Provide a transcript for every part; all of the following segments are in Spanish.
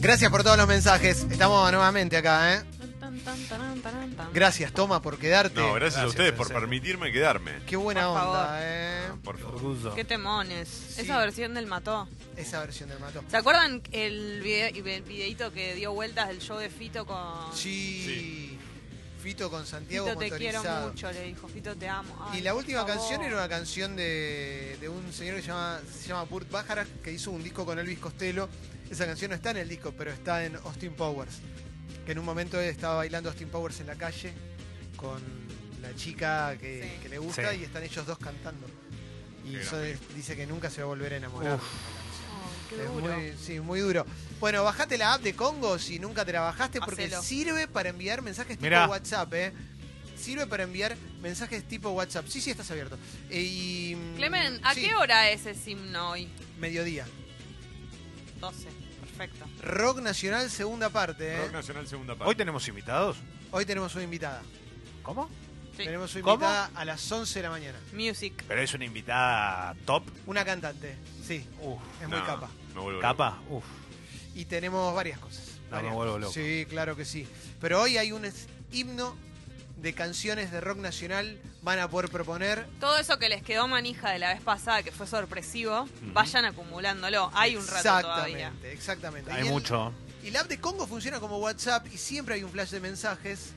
Gracias por todos los mensajes. Estamos nuevamente acá, ¿eh? Tan, tan, taran, taran, tan. Gracias, Toma, por quedarte. No, gracias, a Gracias, ustedes en por serio. permitirme quedarme. Qué buena Por onda, favor. ¿eh? Por favor. Orgullo. Qué temones. Esa versión del Mató. Esa versión del mató. ¿Se acuerdan el, video, el videito que dio vueltas del show de Fito con Sí. Fito con Santiago Fito te quiero motorizado. mucho? Le dijo, Fito te amo. Ay, Y la por última favor. canción era una canción de, de un señor que se llama, se llama Burt Bacharach, que hizo un disco con Elvis Costello. Esa canción no está en el disco, pero está en Austin Powers. Que en un momento él estaba bailando Austin Powers en la calle con la chica que, Sí. que le gusta Sí. y están ellos dos cantando. Y Qué eso gran de- dice que nunca se va a volver a enamorar. Uf. Ay, qué Es duro. muy, sí, muy duro. Bueno, bajate la app de Congo si nunca te la bajaste porque Hacelo. sirve para enviar mensajes tipo Mirá. WhatsApp, ¿eh? Sirve para enviar mensajes tipo WhatsApp. Sí, sí, estás abierto. Eh, Y, mm, Clemen, ¿a sí, qué hora es ese himno hoy? Mediodía. 12. Perfecto. Rock Nacional, segunda parte, ¿eh? Rock Nacional segunda parte. Hoy tenemos invitados. Hoy tenemos una invitada. ¿Cómo? Sí. Tenemos una ¿Cómo? invitada a las 11 de la mañana. Music. Pero es una invitada top. Una cantante, sí, Uf. es muy No, capa. me vuelvo Capa. Uf. Y tenemos varias cosas. No, varias me vuelvo cosas. loco. Sí, claro que sí. Pero hoy hay un es- himno de canciones de rock nacional. Van a poder proponer. Todo eso que les quedó manija de la vez pasada, que fue sorpresivo, vayan acumulándolo. Hay un rato exactamente, todavía. exactamente. Hay Y el- mucho. Y la app de Congo funciona como WhatsApp y siempre hay un flash de mensajes.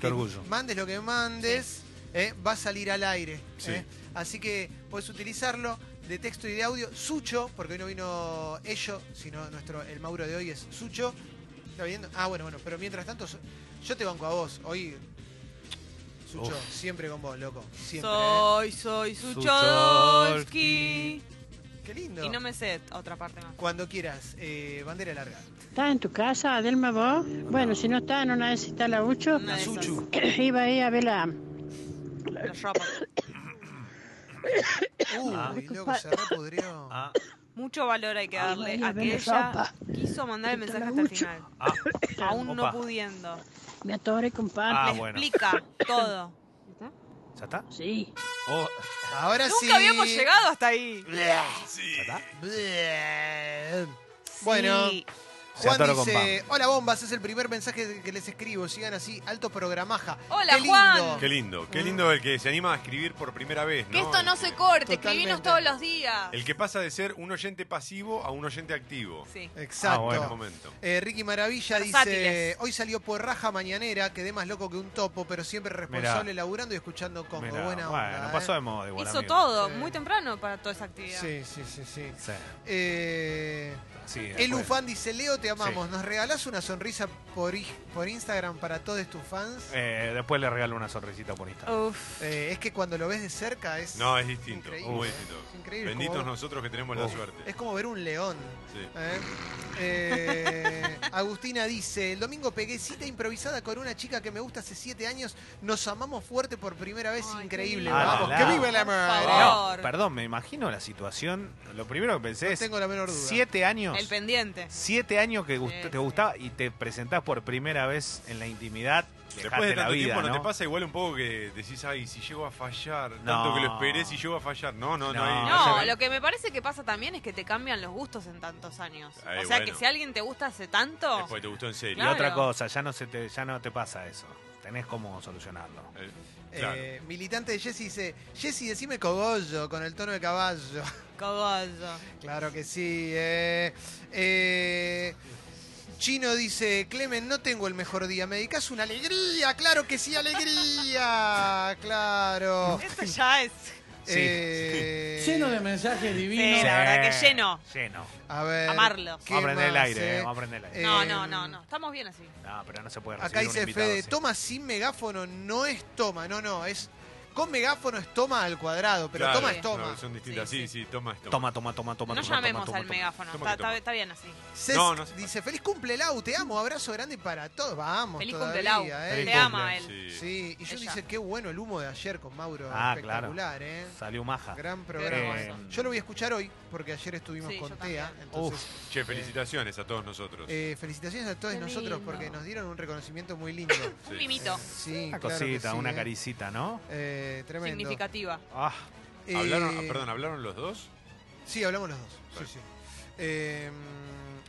Qué orgullo. Mandes lo que mandes, eh, va a salir al aire. Sí. eh. Así que puedes utilizarlo de texto y de audio. Sucho, porque hoy no vino ello, sino nuestro el Mauro de hoy es Sucho. ¿Está viendo? Ah, bueno, bueno, pero mientras tanto, so- yo te banco a vos. Hoy, Sucho, Uf. siempre con vos, loco. Siempre. eh. Soy, soy Suchodolski. eh. Suchodolski. Qué lindo. Y no me sé otra parte más. Cuando quieras, eh, bandera larga. ¿Estás en tu casa, Adelma, vos? Bueno, si no está, no una vez está la Ucho. Una de Suchu. Iba ahí a ver la... esas, la ropa. Uy, Ah. loco, se repudrió. Ah, Mucho valor hay que Ay, darle María, a ven que ella ropa. quiso mandar el Está mensaje la hasta el Ucho. final. ah. Aún no Opa. pudiendo. Me atoré con pan. Ah, Le bueno. explica todo. ¿Ya está? Sí. Oh, Ahora Nunca sí. habíamos llegado hasta ahí. ¿Ya está? Bien. Bueno, Sí. Se Juan atoró con dice, hola bombas, es el primer mensaje que les escribo, sigan así, alto programaja. Hola, Qué lindo. Juan. Qué lindo, qué lindo el que se anima a escribir por primera vez, ¿no? Que esto no El se que- corte, Totalmente. escribinos todos los días. El que pasa de ser un oyente pasivo a un oyente activo. Sí. Exacto. Ah, En bueno. el momento. Eh, Ricky Maravilla dice, Versátiles. hoy salió por raja mañanera, quedé más loco que un topo, pero siempre responsable, laburando y escuchando Congo. mirá, Buena bueno, onda, pasó ¿eh? de moda igual. Hizo amigo. todo, Sí. muy temprano para toda esa actividad. Sí, sí, sí, sí. Sí. Eh, sí, el después. Ufan dice, Leo, te amamos, ¿nos regalás una sonrisa por, i- por Instagram para todos tus fans? Eh, después le regalo una sonrisita por Instagram. Uf. Eh, es que cuando lo ves de cerca es... No, es distinto, Increíble. muy distinto. Increíble, Benditos como- nosotros que tenemos la Uf. suerte. Es como ver un león. Sí. ¿eh? Eh, Agustina dice, el domingo pegué cita improvisada con una chica que me gusta hace siete años. Nos amamos fuerte por primera vez. Ay, Increíble. qué lindo. Vamos, Ah, que la- vive la por madre. favor. No, No, perdón, me imagino la situación. Lo primero que pensé no es tengo la menor duda. siete años. El pendiente. Siete años que gust- Sí, te sí. gustaba y te presentás por primera vez en la intimidad. Después de la tanto vida, tiempo, ¿no? ¿no? te pasa igual un poco que decís, ay, si llego a fallar? No. Tanto que lo esperé, si llego a fallar. No, no, no. No. ahí- No, ahí- lo que me parece que pasa también es que te cambian los gustos en tantos años. Ay, o sea bueno. que si alguien te gusta hace tanto, Después te gustó en serio. Y otra Claro. cosa, ya no, se te, ya no te pasa eso. Tenés cómo solucionarlo. Eh, Eh, Claro. militante de Jessy dice, Jessy, decime cogollo con el tono de caballo. cogollo. claro que sí. eh. Eh, Chino dice, Clemen, no tengo el mejor día. ¿Me dedicas una alegría? Claro que sí, alegría. Claro. Esto ya es. Sí. Eh, Lleno de mensajes divinos. Sí, la verdad que lleno. Lleno. A ver. Amarlo. ¿qué Vamos a aprender el más, aire, eh? eh, vamos a aprender el aire. Eh, No, no, no, no. Estamos bien así. no, pero no se puede recibir Acá un dice invitado Fede, así. toma sin megáfono no es toma, no, no, es con megáfono es toma al cuadrado, pero claro, toma es no, toma. son distintas, sí, Sí, sí, toma esto. Toma, toma, toma, toma. no toma, llamemos toma, al toma, megáfono. Toma Está, que toma. está- está bien así. Cesc No, no se dice, feliz cumple Lau, te amo, abrazo grande para todos, vamos. Feliz todavía, cumple Lau. eh. Feliz Te ama él. Sí. Sí, y yo Ella. dice, qué bueno el humo de ayer con Mauro, Ah, espectacular, eh. toma. Salió maja. Gran programa. hermoso. Yo lo voy a escuchar hoy, porque ayer estuvimos Sí, yo con TEA, también. entonces Che, felicitaciones a todos nosotros. eh, felicitaciones a todos Qué nosotros lindo. porque nos dieron un reconocimiento muy lindo. Sí. Un mimito. Eh, sí, Una claro que cosita, sí, una eh. caricita, ¿no? Eh, tremendo. Significativa. Ah, Eh, ¿Hablaron, ah, perdón, ¿hablaron los dos? Sí, hablamos los dos. Sí, sí. Eh, Em,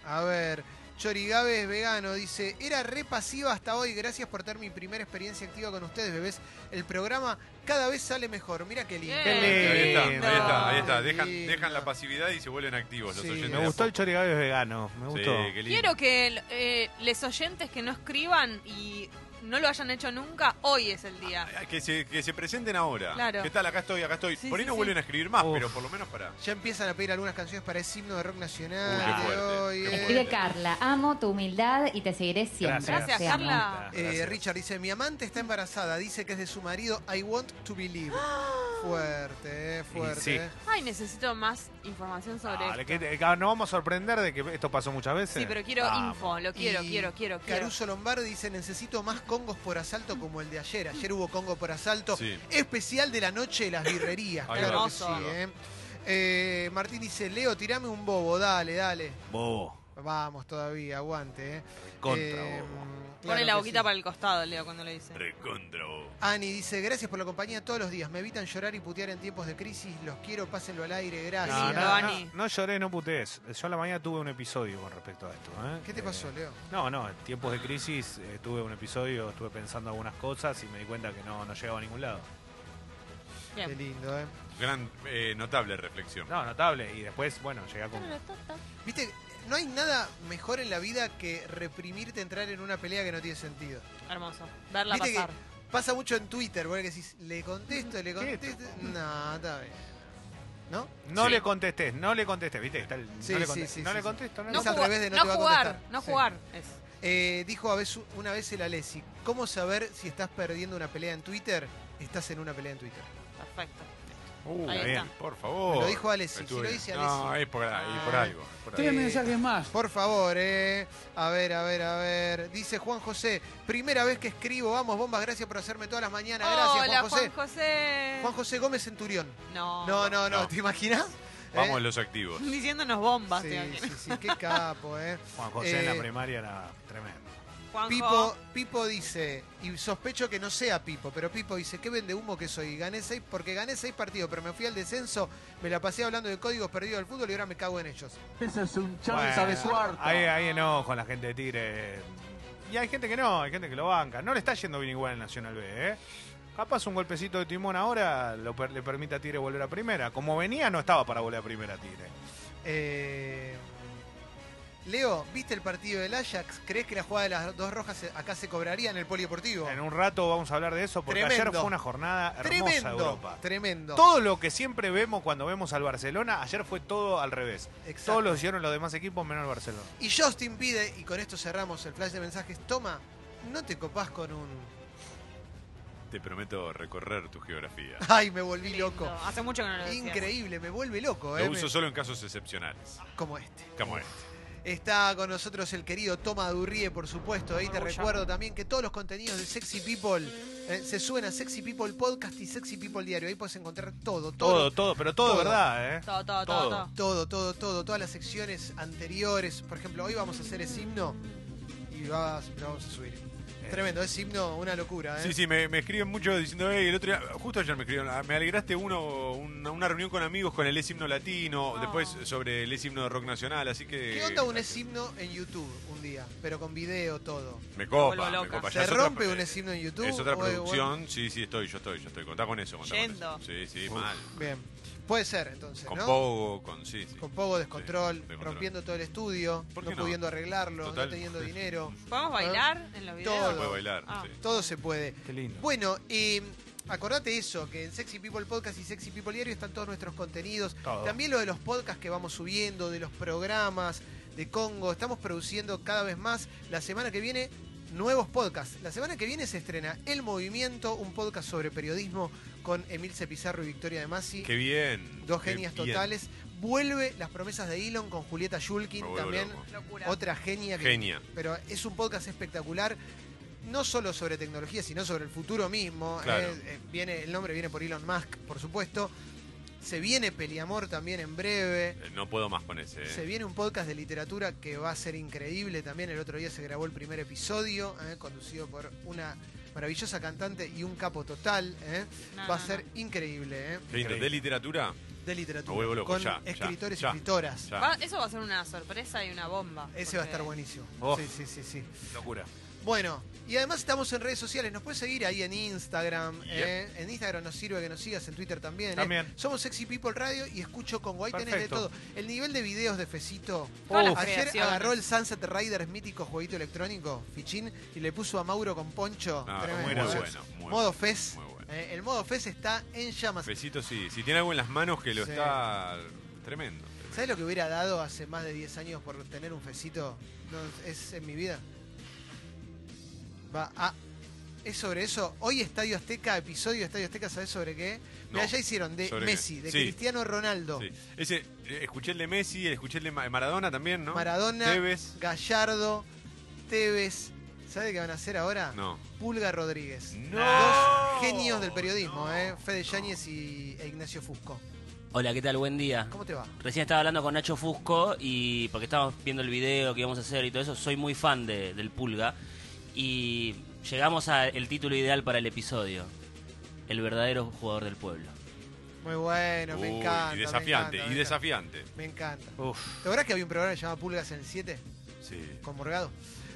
a ver, Chorigabe es vegano, dice, era repasiva hasta hoy, gracias por tener mi primera experiencia activa con ustedes, bebés. El programa cada vez sale mejor, mira qué lindo. Qué lindo. Ahí está, ahí lindo. está, ahí está. Qué Dejan, lindo. dejan la pasividad y se vuelven activos los Sí. oyentes. Me gustó el chorigabe vegano, me Sí, gustó. qué lindo. Quiero que eh, les oyentes que no escriban y no lo hayan hecho nunca, hoy es el día. Ah, Que se, que se presenten ahora. Claro. ¿Qué tal? Acá estoy, acá estoy. Sí, por ahí sí, no sí. vuelven a escribir más, Uf. pero por lo menos para. Ya empiezan a pedir algunas canciones para ese himno de rock nacional. Uy, qué de fuerte, hoy, qué eh. fuerte. Escribe Carla, amo tu humildad y te seguiré siempre. Gracias, Te amo. Carla. Eh, Richard dice, mi amante está embarazada, dice que es de su marido, I want to believe. Fuerte, eh, fuerte. sí. eh. Ay, necesito más información sobre Ah, esto. que- que- no vamos a sorprender de que esto pasó muchas veces. Sí, pero quiero Vamos. info, lo quiero, Y quiero, quiero, quiero. Caruso Lombardi dice, necesito más congos por asalto como el de ayer. Ayer hubo congo por asalto. Sí. Especial de la noche de las birrerías. Ahí claro va. que sí, Hermoso. eh. Eh, Martín dice, Leo, tirame un bobo, dale, dale. Bobo, Vamos todavía, aguante. eh. contra Eh, bobo. claro Pone la que boquita sí. para el costado, Leo, cuando lo dice. Recontra vos. Ani dice, gracias por la compañía todos los días. Me evitan llorar y putear en tiempos de crisis. Los quiero, pásenlo al aire, gracias. No, lindo, no, Ani. no, no lloré, no putees. Yo a la mañana tuve un episodio con respecto a esto. ¿eh? ¿Qué te Eh, pasó, Leo? No, no, en tiempos de crisis eh, tuve un episodio, estuve pensando algunas cosas y me di cuenta que no, no llegaba a ningún lado. Bien. Qué lindo, ¿eh? Gran, eh, notable reflexión. No, notable. Y después, bueno, llegué con... Viste, no hay nada mejor en la vida que reprimirte entrar en una pelea que no tiene sentido. Hermoso. Verla Viste que- pasar. Pasa mucho en Twitter, vos que decís, le contesto, le ¿Qué? contesto. No, está bien. ¿No? No Sí. le contestes, no le contestes, ¿viste? Está el- Sí, no le sí, contestes, sí, no sí, le sí. contestes, no es le No, al jugar, revés de no no te va a jugar, contestar. no Sí. jugar. Es. Eh, dijo a veces- una vez el Alessi, ¿cómo saber si estás perdiendo una pelea en Twitter? Estás en una pelea en Twitter. Perfecto. Uh, Ahí bien, está. por favor. Me lo dijo Alessi, Estuvo si lo bien. dice No, Alessi. es por, ahí, por Ah. algo. por Tres algo. mensajes más. Por favor, eh. A ver, a ver, a ver. Dice Juan José, primera vez que escribo, vamos, bombas, gracias por hacerme todas las mañanas. Gracias, Hola, Juan José. José. Juan José Gómez Centurión. No. No, no, no, No. ¿te imaginas? Eh, Vamos los activos. Diciéndonos bombas. te Sí, imagino. sí, sí, qué capo, eh. Juan José en Eh, la primaria era tremendo. Juanjo. Pipo, Pipo dice, y sospecho que no sea Pipo, pero Pipo dice, qué vende humo que soy. Gané seis, porque gané seis partidos, pero me fui al descenso, me la pasé hablando de códigos perdidos del fútbol y ahora me cago en ellos. Ese es un chavo Bueno, que sabe su harto. Hay, hay enojo con la gente de Tigre. Y hay gente que no, hay gente que lo banca. No le está yendo bien igual en Nacional B, ¿eh? Capaz un golpecito de timón ahora lo per- le permite a Tigre volver a primera. Como venía, no estaba para volver a primera Tigre. Eh, Leo, ¿viste el partido del Ajax? ¿Crees que la jugada de las dos rojas se- acá se cobraría en el polideportivo? En un rato vamos a hablar de eso porque ayer Tremendo. fue una jornada hermosa de Tremendo, Europa. tremendo. Todo lo que siempre vemos cuando vemos al Barcelona, ayer fue todo al revés. Exacto. Todos lo hicieron los demás equipos menos el Barcelona. Y Justin pide, y con esto cerramos el flash de mensajes, toma, no te copás con un... Te prometo recorrer tu geografía. Ay, me volví Qué lindo. loco. Hace mucho que no lo decíamos. Increíble, me vuelve loco, eh. Lo me- uso solo en casos excepcionales. Como este. Como este. Está con nosotros el querido Toma Durrie, por supuesto. Ahí te Orgullo. recuerdo también que todos los contenidos de Sexy People eh, se suben a Sexy People Podcast y Sexy People Diario. Ahí puedes encontrar todo, todo. Todo, todo, pero todo, Todo. verdad, ¿eh? Todo, todo, todo, Todo. todo. Todo, todo, todo. Todas las secciones anteriores. Por ejemplo, hoy vamos a hacer ese himno y vas- lo vamos a subir. Tremendo, ese himno, una locura, ¿eh? Eh. Sí, sí, me, me escriben mucho diciendo, "Ey, el otro día, justo ayer me escribieron, "Ah, me alegraste uno, una, una reunión con amigos con el es himno latino, Oh. después sobre el es himno de rock nacional, así que... Ah. ¿Qué onda un gracias. es himno en YouTube un día? Pero con video, todo. Me Me copa, vuelvo me loca. copa. Ya ¿Se es otra rompe pro- un es himno en YouTube? Es otra O- o- producción, sí, sí, estoy, yo estoy, yo estoy. Contá con eso, contá Yendo. con eso. Sí, sí, mal. Bien. Puede ser, entonces, Con ¿no? Pogo, con... Sí, sí. Con poco descontrol, Sí, descontrol. rompiendo todo el estudio, ¿Por no, qué no? pudiendo arreglarlo, Total. no teniendo dinero. ¿Podemos bailar en los videos? Todo. Puede bailar, Ah. sí. Todo se puede. Qué lindo. Bueno, eh, acordate eso, que en Sexy People Podcast y Sexy People Diario están todos nuestros contenidos. Todo. También lo de los podcasts que vamos subiendo, de los programas, de Congo. Estamos produciendo cada vez más. La semana que viene, nuevos podcasts. La semana que viene se estrena El Movimiento, un podcast sobre periodismo con Emilce Pizarro y Victoria de Masi. Qué bien. Dos qué genias bien. totales. Vuelve Las Promesas de Elon con Julieta Yulkin Me vuelvo también. loco. Locura. Otra genia. que- Genia. Pero es un podcast espectacular, no solo sobre tecnología, sino sobre el futuro mismo. Claro. Eh, eh, viene, el nombre viene por Elon Musk, por supuesto. Se viene Peliamor también en breve. Eh, No puedo más con ese. eh. Se viene un podcast de literatura que va a ser increíble también. El otro día se grabó el primer episodio, eh, conducido por una maravillosa cantante y un capo total. eh. No, va a no, ser increíble. eh. Qué lindo. Increíble. ¿De literatura? de literatura. Me vuelvo loco, con ya, ya, escritores ya. y escritoras. Ya. Va- eso va a ser una sorpresa y una bomba. Ese va a porque- estar buenísimo. Oh. Sí, sí, sí, sí. Locura. Bueno, y además estamos en redes sociales. Nos puedes seguir ahí en Instagram. Yep. ¿eh? En Instagram nos sirve que nos sigas, en Twitter también. ¿eh? También. Somos Sexy People Radio y escucho con guay tenés de Perfecto. todo. El nivel de videos de Fecito. Todas las Oh, Ayer creaciones. agarró el Sunset Riders mítico jueguito electrónico, fichín, y le puso a Mauro con poncho. No, Tremendo. ¿eh? muy bueno, muy modo bueno, Fez. muy bueno. Eh, el modo Fez está en llamas. Besitos, sí. Si tiene algo en las manos que lo Sí. está. Tremendo. tremendo. ¿Sabes lo que hubiera dado hace más de 10 años por tener un Fecito? No, es en mi vida. Va, ah, es sobre eso. Hoy Estadio Azteca, episodio de Estadio Azteca, ¿sabés sobre qué? Mira, No. ya hicieron de ¿Sobre qué? Messi, de Sí. Cristiano Ronaldo, Sí. Ese, eh, escuché el de Messi, escuché el de Ma- Maradona también, ¿no? Maradona, Tevez. Gallardo, Tevez. ¿Sabes qué van a hacer ahora? No. Pulga Rodríguez. No. Ah. Dos genios del periodismo, No, ¿eh? Fede no. Yáñez y e Ignacio Fusco. Hola, ¿qué tal? Buen día. ¿Cómo te va? Recién estaba hablando con Nacho Fusco y porque estábamos viendo el video que íbamos a hacer y todo eso, soy muy fan de- del Pulga y llegamos al título ideal para el episodio. El verdadero jugador del pueblo. Muy bueno, me Uy, encanta. y me desafiante, encanta, y me encanta. desafiante. Me encanta. Uf. ¿Te acordás que había un programa que se llamaba Pulgas en el 7 Sí. con Morgado?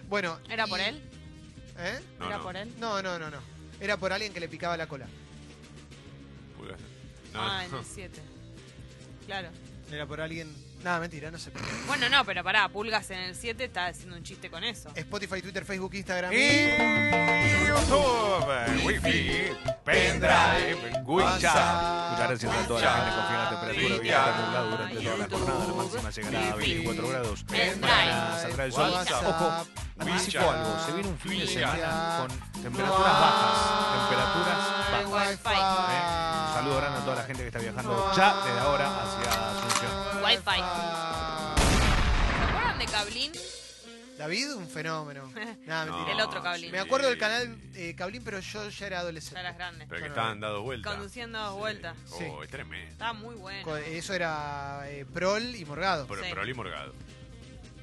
Bueno. ¿Era y- por él? ¿Eh? No, ¿Era no. por él? No, no, no, no. Era por alguien que le picaba la cola. Pulgas. No. Ah, en el 7. Claro. Era por alguien. Nada, mentira, no sé. Bueno, no, pero pará, Pulgas en el 7 está haciendo un chiste con eso. Spotify, Twitter, Facebook, Instagram. ¿Eh? Y YouTube, Wi-Fi, pendrive, WhatsApp. WhatsApp. Muchas gracias a toda la gente que confía en la temperatura que está nublado durante toda la jornada. La máxima llegará a 24 grados. Pendrive. Mañana saldrá el sol. WhatsApp. Ojo, anticipo WhatsApp. algo. Se viene un fin de WhatsApp. semana con temperaturas bajas. Temperaturas bajas. Wi-Fi. ¿eh? Un saludo grande a toda la gente que está viajando ya desde ahora hacia Asunción. Wi-Fi. ¿Se acuerdan de Cablín? David, un fenómeno. Nada, No, mentira. El otro Cablín. Me acuerdo del sí. canal eh, Cablín, pero yo ya era adolescente. Ya las grandes. Pero que estaban dando vueltas. Conduciendo dos vueltas. Sí. Oh, es tremendo. Estaba muy bueno. Co- Eso era eh, Prol y Morgado. Pro, Sí. Proli Morgado.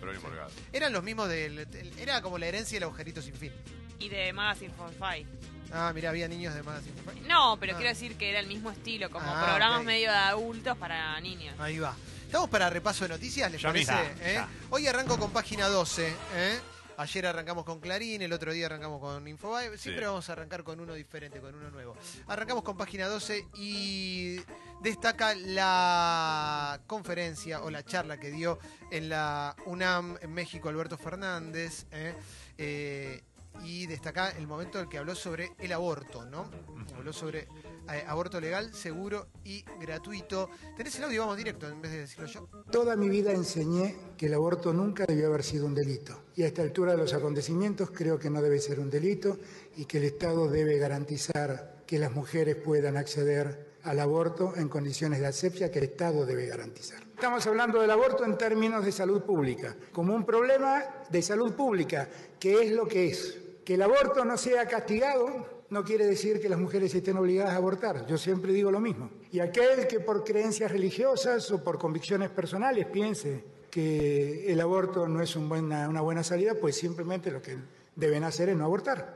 Proli Morgado. Eran los mismos del. el- Era como la herencia del agujerito sin fin. Y de Magazine for Five. Ah, mira, había niños de más. sin fin. No, pero Ah. quiero decir que era el mismo estilo, como Ah, programas ok. medio de adultos para niños. Ah. Ahí va. Estamos para repaso de noticias, ¿les Ya parece? mismo. ¿Eh? Ya. Hoy arranco con página 12. ¿eh? Ayer arrancamos con Clarín, el otro día arrancamos con Infobae. Siempre Sí. vamos a arrancar con uno diferente, con uno nuevo. Arrancamos con página 12 y destaca la conferencia o la charla que dio en la UNAM en México Alberto Fernández. ¿eh? Eh, y destaca el momento en el que habló sobre el aborto, ¿no? Habló sobre eh, aborto legal, seguro y gratuito. ¿Tenés el audio? Vamos directo en vez de decirlo yo. Toda mi vida enseñé que el aborto nunca debió haber sido un delito. Y a esta altura de los acontecimientos creo que no debe ser un delito y que el Estado debe garantizar que las mujeres puedan acceder al aborto en condiciones de asepsia que el Estado debe garantizar. Estamos hablando del aborto en términos de salud pública, como un problema de salud pública, que es lo que es. Que el aborto no sea castigado no quiere decir que las mujeres estén obligadas a abortar. Yo siempre digo lo mismo. Y aquel que por creencias religiosas o por convicciones personales piense que el aborto no es un buena- una buena salida, pues simplemente lo que deben hacer es no abortar.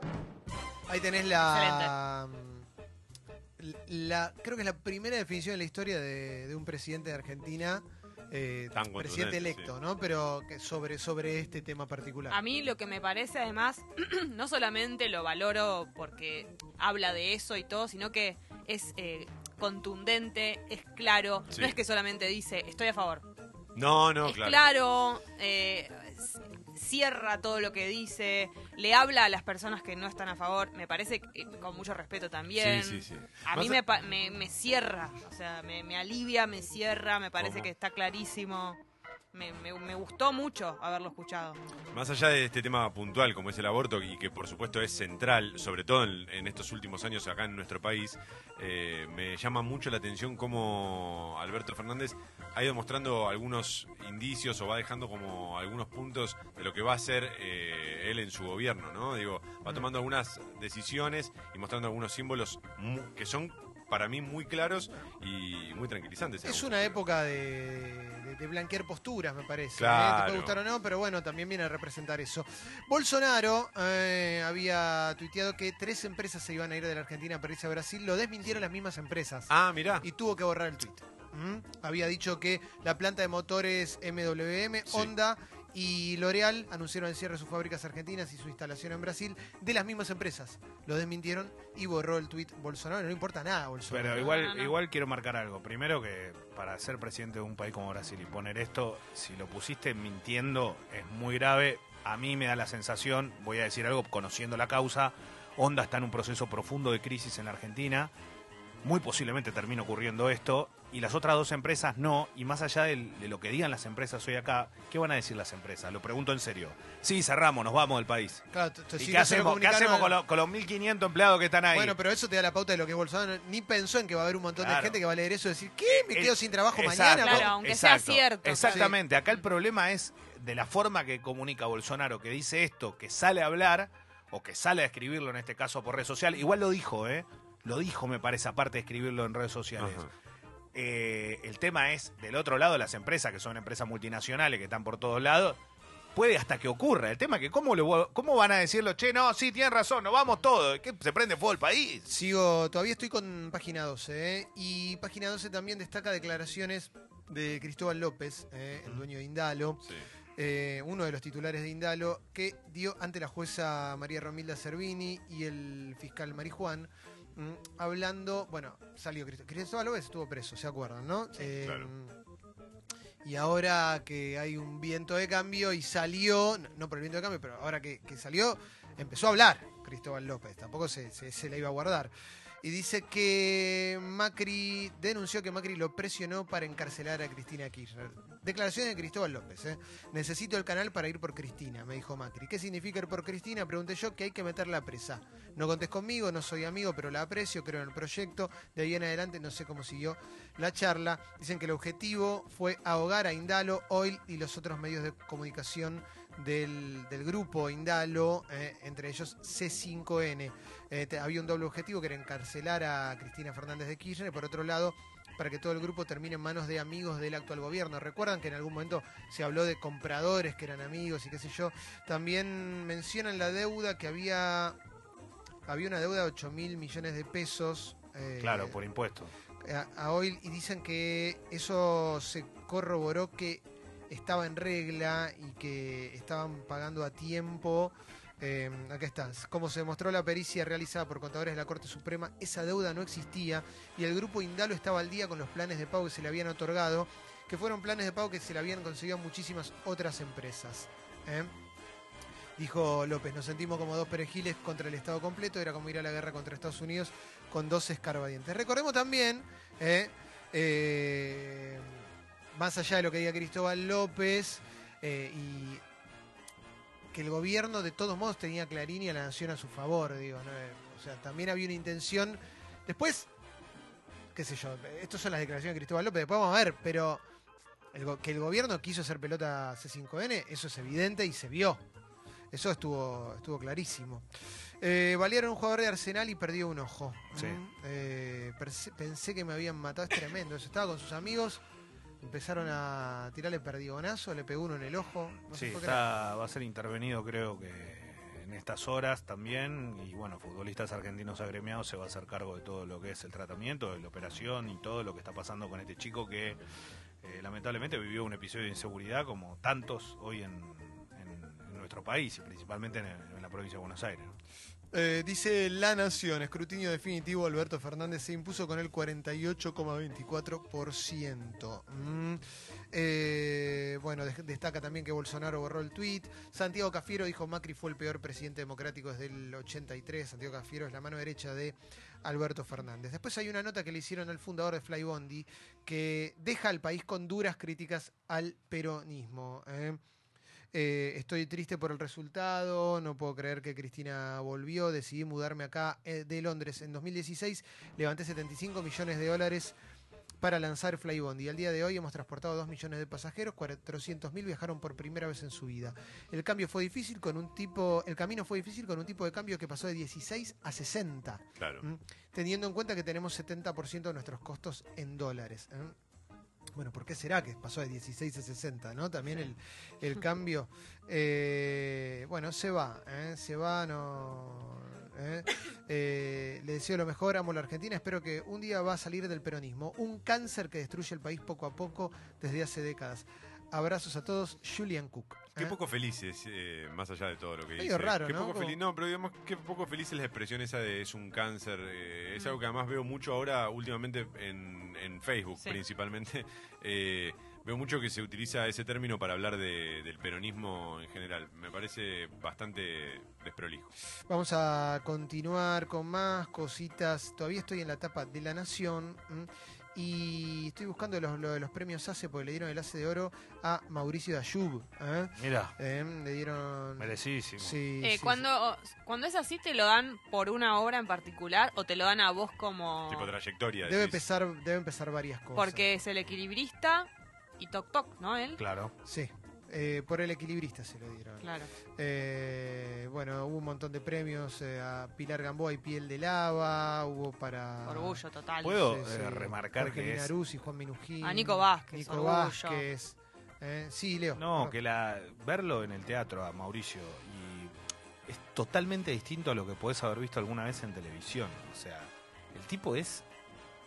Ahí tenés la. mm, la- creo que es la primera definición en la historia de, de un presidente de Argentina. eh, Tan contundente, presidente electo, sí. ¿no? Pero que sobre, sobre este tema particular. A mí lo que me parece además, no solamente lo valoro porque habla de eso y todo, sino que es eh, contundente, es claro, Sí. no es que solamente dice estoy a favor. No, no, es claro. claro, eh, cierra todo lo que dice, le habla a las personas que no están a favor, me parece que, eh, con mucho respeto también. Sí, sí, sí. A Más mí a- me, pa- me, me cierra, o sea, me, me alivia, me cierra, me parece ¿Cómo? que está clarísimo. Me, me- me gustó mucho haberlo escuchado. Más allá de este tema puntual como es el aborto y que por supuesto es central, sobre todo en, en estos últimos años acá en nuestro país, eh, me llama mucho la atención cómo Alberto Fernández ha ido mostrando algunos indicios o va dejando como algunos puntos de lo que va a hacer eh, él en su gobierno, ¿no? Digo, va Mm. tomando algunas decisiones y mostrando algunos símbolos mu- que son para mí muy claros y muy tranquilizantes. en Es algún una sentido. época de, de- de blanquear posturas, me parece. ¿eh? Te puede Claro. gustar o no, pero bueno, también viene a representar eso. Bolsonaro eh, había tuiteado que tres empresas se iban a ir de la Argentina para irse a Brasil. Lo desmintieron las mismas empresas. Ah, mirá. Y tuvo que borrar el tuit. ¿Mm? había dicho que la planta de motores MWM, Sí. Honda y L'Oreal anunciaron el cierre de sus fábricas argentinas y su instalación en Brasil de las mismas empresas. Lo desmintieron y borró el tuit Bolsonaro. No importa nada, Bolsonaro. Pero igual, no, no. igual quiero marcar algo. Primero que para ser presidente de un país como Brasil y poner esto, si lo pusiste mintiendo, es muy grave. A mí me da la sensación, voy a decir algo conociendo la causa, Honda está en un proceso profundo de crisis en la Argentina. Muy posiblemente termine ocurriendo esto y las otras dos empresas no. Y más allá del- de lo que digan las empresas hoy acá, ¿qué van a decir las empresas? Lo pregunto en serio. Sí, cerramos, nos vamos del país. Claro, t- t- ¿Y si qué no se lo hacemos, qué comunicaron- hacemos con, lo- con los 1.500 empleados que están ahí? Bueno, pero eso te da la pauta de lo que es Bolsonaro. Ni pensó en que va a haber un montón de Claro. gente que va a leer eso y decir, ¿qué? ¿Me El- quedo sin trabajo Exacto, mañana? Claro, aunque sea cierto. Exactamente. Acá el problema es de la forma que comunica Bolsonaro, que dice esto, que sale a hablar o que sale a escribirlo en este caso por red social. Igual lo dijo, ¿eh? Lo dijo, me parece, aparte de escribirlo en redes sociales. Ajá. Eh, el tema es, del otro lado, las empresas, que son empresas multinacionales, que están por todos lados, puede hasta que ocurra. El tema es que cómo, lo, cómo van a decirlo, che, no, sí, tienen razón, nos vamos todos. ¿Qué? ¿Se prende fuego el país? Sigo, todavía estoy con página 12, ¿eh? y página 12 también destaca declaraciones de Cristóbal López, ¿eh? el dueño de Indalo, Sí. eh, uno de los titulares de Indalo, que dio ante la jueza María Romilda Cervini y el fiscal Marijuán, mm, hablando, bueno, salió Crist- Cristóbal López, estuvo preso, ¿se acuerdan, no? Eh, claro. Y ahora que hay un viento de cambio y salió, no- no por el viento de cambio, pero ahora que, que salió, empezó a hablar Cristóbal López, tampoco se, se- se la iba a guardar. Y dice que Macri denunció que Macri lo presionó para encarcelar a Cristina Kirchner. Declaración de Cristóbal López. ¿eh? Necesito el canal para ir por Cristina, me dijo Macri. ¿Qué significa ir por Cristina? Pregunté yo que hay que meterla presa. No contés conmigo, no soy amigo, pero la aprecio, creo en el proyecto. De ahí en adelante no sé cómo siguió la charla. Dicen que el objetivo fue ahogar a Indalo, Oil y los otros medios de comunicación del, del grupo Indalo, eh, entre ellos C5N. Eh, te- había un doble objetivo que era encarcelar a Cristina Fernández de Kirchner, y por otro lado, para que todo el grupo termine en manos de amigos del actual gobierno. Recuerdan que en algún momento se habló de compradores que eran amigos y qué sé yo. También mencionan la deuda que había. Había una deuda de 8 mil millones de pesos. eh, Claro, por impuestos. a, a Oil y dicen que eso se corroboró que estaba en regla y que estaban pagando a tiempo. Eh, acá está. Como se demostró la pericia realizada por contadores de la Corte Suprema, esa deuda no existía y el grupo Indalo estaba al día con los planes de pago que se le habían otorgado, que fueron planes de pago que se le habían conseguido a muchísimas otras empresas. ¿eh? Dijo López, nos sentimos como dos perejiles contra el Estado completo, era como ir a la guerra contra Estados Unidos con dos escarbadientes. Recordemos también, eh, eh, más allá de lo que diga Cristóbal López, eh, y que el gobierno de todos modos tenía a Clarín y a la Nación a su favor, digo, ¿no? Eh, o sea, también había una intención. Después, qué sé yo, estas son las declaraciones de Cristóbal López, después vamos a ver, pero el go- que el gobierno quiso hacer pelota a C5N, eso es evidente y se vio. Eso estuvo, estuvo clarísimo. Eh, balearon a un jugador de Arsenal y perdió un ojo. Sí. Mm, eh, perse- pensé que me habían matado, es tremendo. eso. Estaba con sus amigos, empezaron a tirarle perdigonazo, le pegó uno en el ojo. No sé Sí, por qué era- está- va a ser intervenido creo que en estas horas también y bueno, futbolistas argentinos agremiados se va a hacer cargo de todo lo que es el tratamiento, de la operación y todo lo que está pasando con este chico que eh, lamentablemente vivió un episodio de inseguridad como tantos hoy en, en- en nuestro país y principalmente en, en la provincia de Buenos Aires. ¿no? Eh, dice La Nación, escrutinio definitivo, Alberto Fernández se impuso con el 48,24%. Mm. Eh, bueno, des- destaca también que Bolsonaro borró el tuit. Santiago Cafiero dijo Macri fue el peor presidente democrático desde el 83. Santiago Cafiero es la mano derecha de Alberto Fernández. Después hay una nota que le hicieron al fundador de Flybondi que deja al país con duras críticas al peronismo. ¿eh? Eh, estoy triste por el resultado, no puedo creer que Cristina volvió, decidí mudarme acá eh, de Londres en 2016, levanté 75 millones de dólares para lanzar Flybondi. Y al día de hoy hemos transportado 2 millones de pasajeros, 400 mil viajaron por primera vez en su vida. El cambio fue difícil con un tipo, el camino fue difícil con un tipo de cambio que pasó de 16 a 60 Claro. Mm. teniendo en cuenta que tenemos 70% de nuestros costos en dólares. ¿eh? Bueno, ¿por qué será que pasó de 16 a 60, no? También el, el cambio. Eh, bueno, se va, ¿eh? se va, no... ¿eh? Eh, le deseo lo mejor, amo la Argentina. Espero que un día va a salir del peronismo. Un cáncer que destruye el país poco a poco desde hace décadas. Abrazos a todos, Julian Cook. Qué ¿eh? poco felices, eh, más allá de todo lo que Medio dice. raro, qué ¿no? Poco Como- feliz, no, pero digamos, qué poco feliz es la expresión esa de es un cáncer. eh, Mm. es algo que además veo mucho ahora, últimamente, en, en Facebook Sí. principalmente. Eh, veo mucho que se utiliza ese término para hablar de- del peronismo en general. Me parece bastante desprolijo. Vamos a continuar con más cositas. Todavía estoy en la etapa de La Nación ¿m? y estoy buscando los, lo de los premios ACE porque le dieron el ACE de oro a Mauricio Dayub. ¿eh? Mirá, Eh, le dieron. merecidísimo. Sí, Eh, sí, cuando, cuando es así, ¿te lo dan por una obra en particular o te lo dan a vos como...? Tipo trayectoria. sí. Oh. Debe decís. pesar, deben pesar varias cosas. Porque es el equilibrista y Toc Toc, ¿no? Él. Claro. Sí. eh, por el equilibrista se lo dieron. Claro. Eh, bueno, hubo un montón de premios eh, a Pilar Gamboa y Piel de Lava, hubo para... Orgullo total. ¿Puedo? eh, remarcar Jorge que es- Minaruzzi, Juan Minujín. A Ah, Nico Vázquez, Nico orgullo. Vázquez. Eh, sí, Leo. No, perdón. que la verlo en el teatro a Mauricio y es totalmente distinto a lo que podés haber visto alguna vez en televisión. O sea, el tipo es.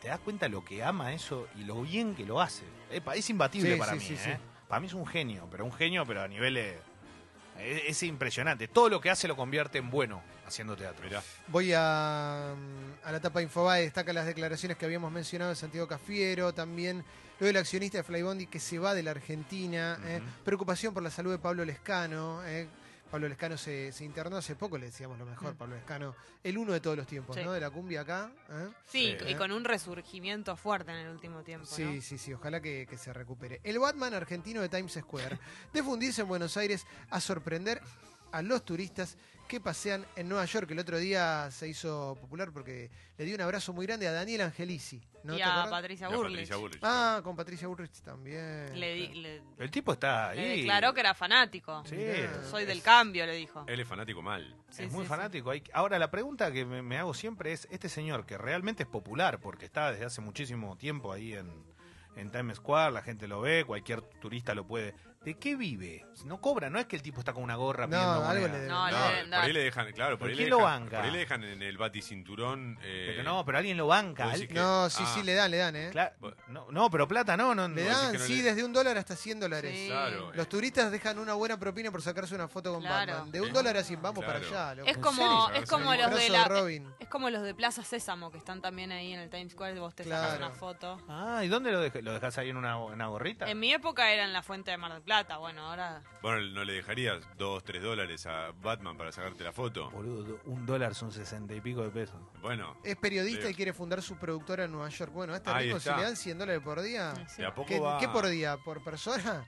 Te das cuenta lo que ama eso y lo bien que lo hace. Epa, es imbatible Sí, para sí, mí. sí, ¿eh? sí. Para mí es un genio, pero un genio, pero a niveles. Es, es impresionante. Todo lo que hace lo convierte en bueno haciendo teatro. Mirá. Voy a, mm, a la tapa Infobae, destaca las declaraciones que habíamos mencionado de Santiago Cafiero, también lo del accionista de Flybondi que se va de la Argentina, eh, Ujú. preocupación por la salud de Pablo Lescano. eh. Pablo Lescano se, se internó hace poco, le decíamos lo mejor, Mm. Pablo Lescano, el uno de todos los tiempos, Sí. ¿no? De la cumbia acá. eh. Sí, Sí. y con un resurgimiento fuerte en el último tiempo, Sí, ¿no? sí, sí, ojalá que, que se recupere. El Batman argentino de Times Square, de fundirse en Buenos Aires a sorprender a los turistas que pasean en Nueva York. El otro día se hizo popular porque le dio un abrazo muy grande a Daniel Angelici. ¿no? y ¿Te a acordás? Patricia La Burley. Patricia Bullrich. Ah, con Patricia Bullrich también. Le, di- le- El tipo está le ahí. declaró que era fanático. Sí. Mirá. Soy del cambio, le dijo. Él es fanático mal. Sí, es sí, muy sí. fanático. Hay- ahora, la pregunta que me, me hago siempre es, este señor que realmente es popular, porque está desde hace muchísimo tiempo ahí en, en Times Square, la gente lo ve, cualquier turista lo puede. ¿De qué vive? No cobra, no es que el tipo está con una gorra No, pidiendo algo moneda. le No, deben le dar. deben por dar. ahí le dejan, claro, por ¿Pero ahí le quién lo dejan, banca? por ahí le dejan en el baticinturón. Eh, Pero no, pero alguien lo banca. vos decís al- que- No, sí, Ah. sí, le dan, le dan, ¿eh? Cla- no, no, pero plata no, no. Le no. decís dan, que no sí, le- desde un dólar hasta 100 dólares. Sí. Claro. eh, Los turistas dejan una buena propina por sacarse una foto con Claro. Batman. De un Sí. dólar a 100, vamos Claro. para allá. loco. Es ¿En como, serio? es como Sí. los de Abrazo la, Robin. es como los de Plaza Sésamo que están también ahí en el Times Square. Vos te sacas Claro. una foto. Ah, ¿y dónde lo, dej- lo dejas ahí en una, una gorrita? En mi época era en la Fuente de Mar del Plata. Bueno, ahora Bueno, no le dejarías dos, tres dólares a Batman para sacarte la foto. Boludo, un dólar son sesenta y pico de pesos. Bueno, Es periodista Sí. y quiere fundar su productora en Nueva York. Bueno, a este Ahí rico, si está. le dan 100 dólares por día, Sí, sí. de a poco ¿qué, va. qué por día? ¿Por persona?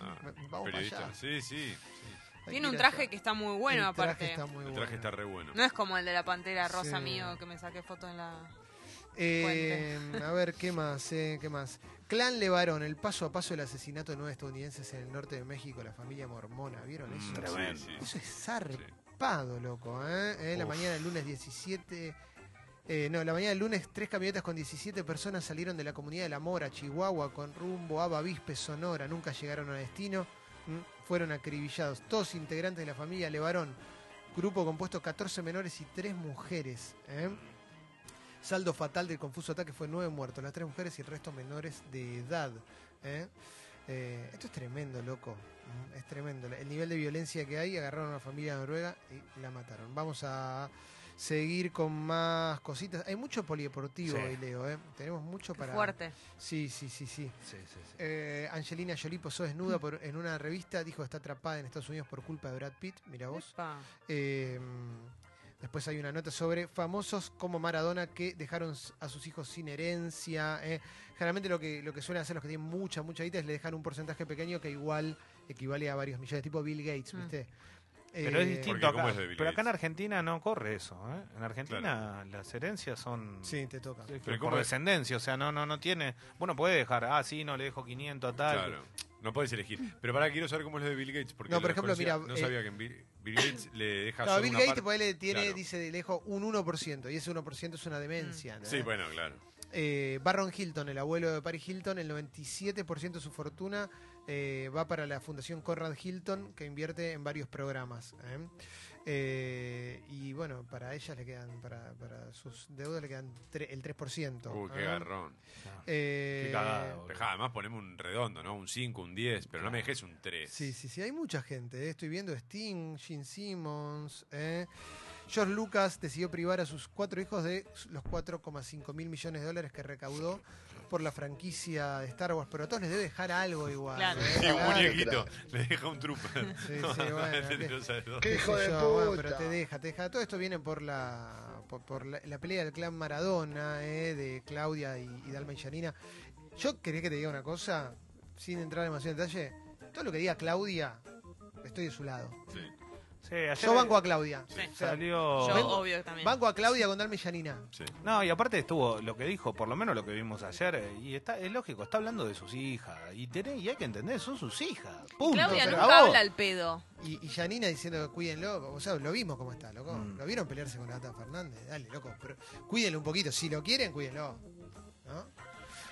Ah, Vamos para periodista. allá. Sí, sí. Ay, tiene un mira, traje que está muy bueno, el traje aparte. está muy El traje bueno. está re bueno. No es como el de la Pantera Rosa Sí. mío que me saqué foto en la... Eh, a ver, ¿qué más? eh? ¿Qué más? Clan Levarón, el paso a paso del asesinato de nueve estadounidenses en el norte de México, la familia mormona, ¿vieron Mm, eso? Tremendo. sí, sí. Eso es zarpado, loco, ¿eh? Eh, La Uf. mañana del lunes 17... eh, no, la mañana del lunes tres camionetas con 17 personas salieron de la comunidad de La Mora, Chihuahua, con rumbo a Bavispe, Sonora. Nunca llegaron a destino. ¿Mm? Fueron acribillados. Todos integrantes de la familia Levarón. Grupo compuesto de 14 menores y 3 mujeres. ¿eh? Saldo fatal del confuso ataque fue 9 muertos, las 3 mujeres y el resto menores de edad. ¿eh? Eh, esto es tremendo, loco. Mm, Es tremendo. El nivel de violencia que hay, agarraron a una familia noruega y la mataron. Vamos a seguir con más cositas. Hay mucho polideportivo Sí. hoy, Leo. ¿eh? Tenemos mucho Qué para... fuerte. Sí, sí, sí, sí. Sí, sí, sí. Eh, Angelina Jolie posó desnuda por- en una revista, dijo está atrapada en Estados Unidos por culpa de Brad Pitt. Mira vos. Epa. Eh, después hay una nota sobre famosos como Maradona que dejaron s- a sus hijos sin herencia. eh. Generalmente lo que, lo que suelen hacer los que tienen mucha, mucha guita es le dejan un porcentaje pequeño que igual equivale a varios millones, tipo Bill Gates, Mm. ¿viste? Pero es Eh, distinto acá. ¿cómo es de Bill pero acá en Gates? Argentina no corre eso. ¿eh? En Argentina las herencias son Sí, te toca. es que Pero por corre- descendencia, o sea, no no no tiene. Bueno, puede dejar, ah, sí, no le dejo 500 a tal. Claro. No puedes elegir. Pero para quiero saber cómo es lo de Bill Gates. Porque No, por lo ejemplo, desconocía. mira, No eh, sabía que en Bill, Bill Gates le deja No, solo Bill una Gates parte- ponele, tiene, Claro. dice, le dejo un 1%, y ese 1% es una demencia. ¿no? Sí, bueno, claro. Eh, Barron Hilton, el abuelo de Paris Hilton, el 97% de su fortuna eh, va para la Fundación Conrad Hilton, que invierte en varios programas. ¿eh? Eh, y bueno, para ellas le quedan, para, para sus deudas le quedan tre- el 3%. Uy, Uh, qué ¿eh? garrón. Eh, Qué cagada, boludo. Dejá, además ponemos un redondo, ¿no? Un 5, un 10, pero no me dejes un 3. Sí, sí, sí, hay mucha gente. ¿eh? Estoy viendo Sting, Gene Simmons. ¿eh? George Lucas decidió privar a sus cuatro hijos de los 4,5 mil millones de dólares que recaudó por la franquicia de Star Wars, pero a todos les debe dejar algo igual. Claro. ¿eh? Sí, un Claro. muñequito. Le deja un trooper. Sí, sí, bueno. No sabe dónde. qué ¡Qué hijo sé de yo, bueno, puta! pero te deja, te deja. Todo esto viene por la por, por la, la pelea del clan Maradona, ¿eh? de Claudia y, y Dalma y Janina. Yo quería que te diga una cosa, sin entrar demasiado en detalle. Todo lo que diga Claudia, estoy de su lado. Sí. Sí, ayer Yo banco a Claudia. Sí. O sea, salió. Yo, vengo- obvio, también. banco a Claudia con Dalma y Janina. Sí. No, y aparte estuvo lo que dijo, por lo menos lo que vimos ayer, eh, y está, es lógico, está hablando de sus hijas. Y, tenés- y hay que entender, son sus hijas. Punto. Claudia Se nunca acabó. habla al pedo. Y, y Janina diciendo que cuídenlo. O sea, lo vimos como está, loco. Mm. Lo vieron pelearse con Nata Fernández. Dale, loco. pero cuídenlo un poquito. Si lo quieren, cuídenlo. ¿no?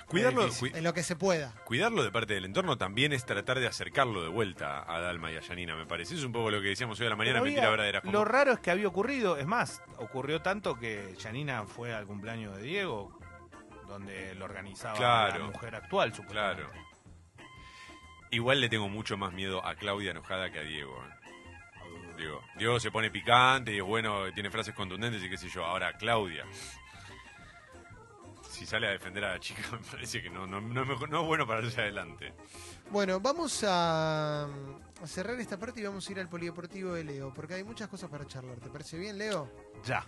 Cuidarlo, difícil. cui- En lo que se pueda. Cuidarlo de parte del entorno también es tratar de acercarlo de vuelta a Dalma y a Yanina, me parece. Es un poco lo que decíamos hoy a la mañana, Pero mentira había- verdadera. como- Lo raro es que había ocurrido, es más, ocurrió tanto que Janina fue al cumpleaños de Diego, donde lo organizaba Claro. la mujer actual, supuestamente. Claro. Igual le tengo mucho más miedo a Claudia enojada que a Diego. ¿eh? Digo, Diego se pone picante y es bueno, tiene frases contundentes y qué sé yo. Ahora, Claudia. Si sale a defender a la chica, me parece que no, no, no es, mejor- no es bueno para hacia adelante. Bueno, vamos a, mm, a cerrar esta parte y vamos a ir al polideportivo de Leo, porque hay muchas cosas para charlar. ¿Te parece bien, Leo? Ya.